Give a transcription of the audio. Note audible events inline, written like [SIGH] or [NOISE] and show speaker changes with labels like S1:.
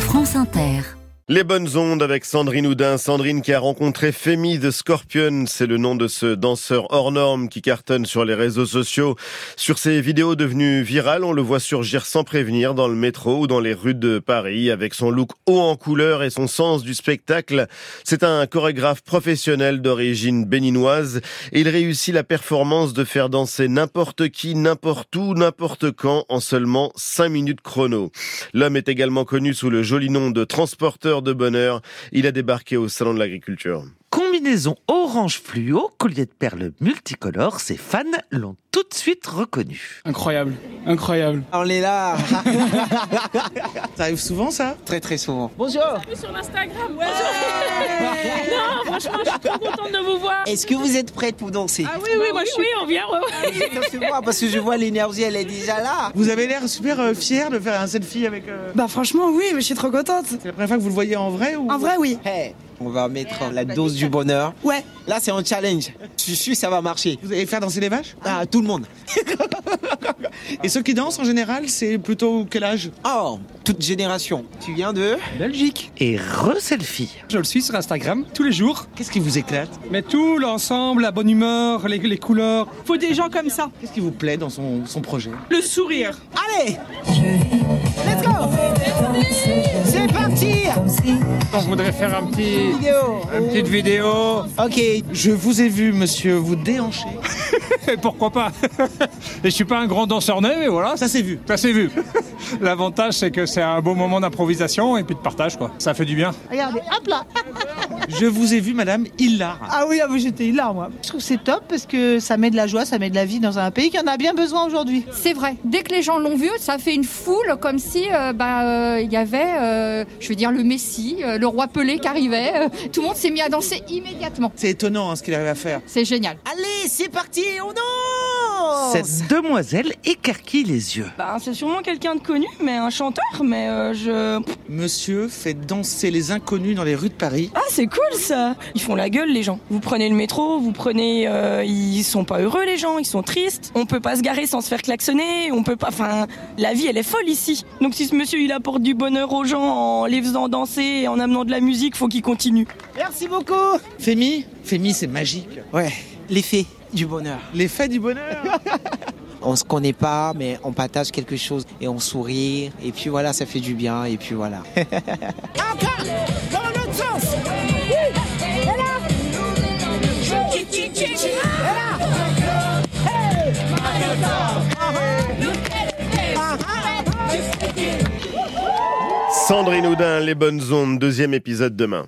S1: France Inter.
S2: Les bonnes ondes avec Sandrine Houdin. Sandrine qui a rencontré Femi de Scorpion. C'est le nom de ce danseur hors norme qui cartonne sur les réseaux sociaux. Sur ses vidéos devenues virales, on le voit surgir sans prévenir dans le métro ou dans les rues de Paris avec son look haut en couleur et son sens du spectacle. C'est un chorégraphe professionnel d'origine béninoise et il réussit la performance de faire danser n'importe qui, n'importe où, n'importe quand en seulement 5 minutes chrono. L'homme est également connu sous le joli nom de transporteur de bonheur. Il a débarqué au Salon de l'Agriculture.
S3: Combinaison orange fluo, collier de perles multicolores, ses fans l'ont tout de suite reconnu.
S4: Incroyable, incroyable.
S5: On est là [LAUGHS] Ça arrive souvent ça Très très souvent.
S6: Bonjour sur Instagram, bonjour Non, franchement, je suis trop contente de vous voir
S5: Est-ce que vous êtes prête pour danser
S6: Ah oui, oui, moi je suis... Ah Oui, on vient, ouais, ouais.
S5: Dansez-moi, [LAUGHS] parce que je vois l'énergie, elle est déjà là
S7: Vous avez l'air super euh, fier de faire un selfie avec. euh,
S8: Bah franchement oui, mais je suis trop contente.
S7: C'est la première fois que vous le voyez en vrai ou
S8: En vrai oui.
S5: Hey, On va mettre la dose du bonheur.
S8: Ouais.
S5: Là c'est un challenge. Je suis sûr que ça va marcher.
S7: Vous allez faire danser les vaches
S5: Ah, tout le monde
S7: Et ceux qui dansent en général, c'est plutôt quel âge
S5: Oh, toute génération. Tu viens de...
S4: Belgique.
S3: Et re-selfie.
S4: Je le suis sur Instagram tous les jours.
S7: Qu'est-ce qui vous éclate
S4: Mais tout l'ensemble, la bonne humeur, les, les couleurs.
S9: Faut des gens comme ça.
S7: Qu'est-ce qui vous plaît dans son, son projet
S9: Le sourire.
S5: Allez Let's go C'est parti
S10: On voudrait faire un petit,
S5: Vidéo
S10: une petite vidéo.
S5: Ok,
S7: Je vous ai vu, monsieur, vous déhancher.
S10: Et [LAUGHS] pourquoi pas Et je suis pas un grand danseur né, mais voilà.
S7: Ça s'est vu.
S10: Ça s'est vu. L'avantage, c'est que c'est un beau moment d'improvisation et puis de partage, quoi. Ça fait du bien.
S8: Regardez, hop là.
S7: Je vous ai vu, madame Hillar.
S8: Ah oui, ah oui, j'étais là moi. Je trouve que c'est top parce que ça met de la joie, ça met de la vie dans un pays qui en a bien besoin aujourd'hui.
S11: C'est vrai. Dès que les gens l'ont vu, ça fait une foule comme si euh, bah, euh, il y avait, euh, je veux dire, le Messie, euh, le roi Pelé qui arrivait. Euh, tout le monde s'est mis à danser immédiatement.
S7: C'est étonnant hein, ce qu'il arrive à faire.
S11: C'est génial.
S5: allez, c'est parti On
S7: Oh.
S5: danse
S3: Cette demoiselle écarquille les yeux.
S9: Bah, c'est sûrement quelqu'un de connu, mais un chanteur, mais euh, je.
S7: Monsieur fait danser les inconnus dans les rues de Paris.
S9: Ah, c'est cool ça Ils font la gueule, les gens. Vous prenez le métro, vous prenez. euh, ils sont pas heureux, les gens, ils sont tristes. On peut pas se garer sans se faire klaxonner, on peut pas. Enfin, la vie, elle est folle ici. Donc, si ce monsieur, il apporte du bonheur aux gens en les faisant danser et en amenant de la musique, faut qu'il continue.
S5: Merci beaucoup
S7: Fémi Fémi, c'est magique.
S5: Ouais, l'effet du bonheur.
S7: L'effet du bonheur
S5: On se connaît pas, mais on partage quelque chose et on sourit. Et puis voilà, ça fait du bien. Et puis voilà. Encore dans l'autre sens.
S2: Sandrine Houdin, Les Bonnes Ondes, deuxième épisode demain.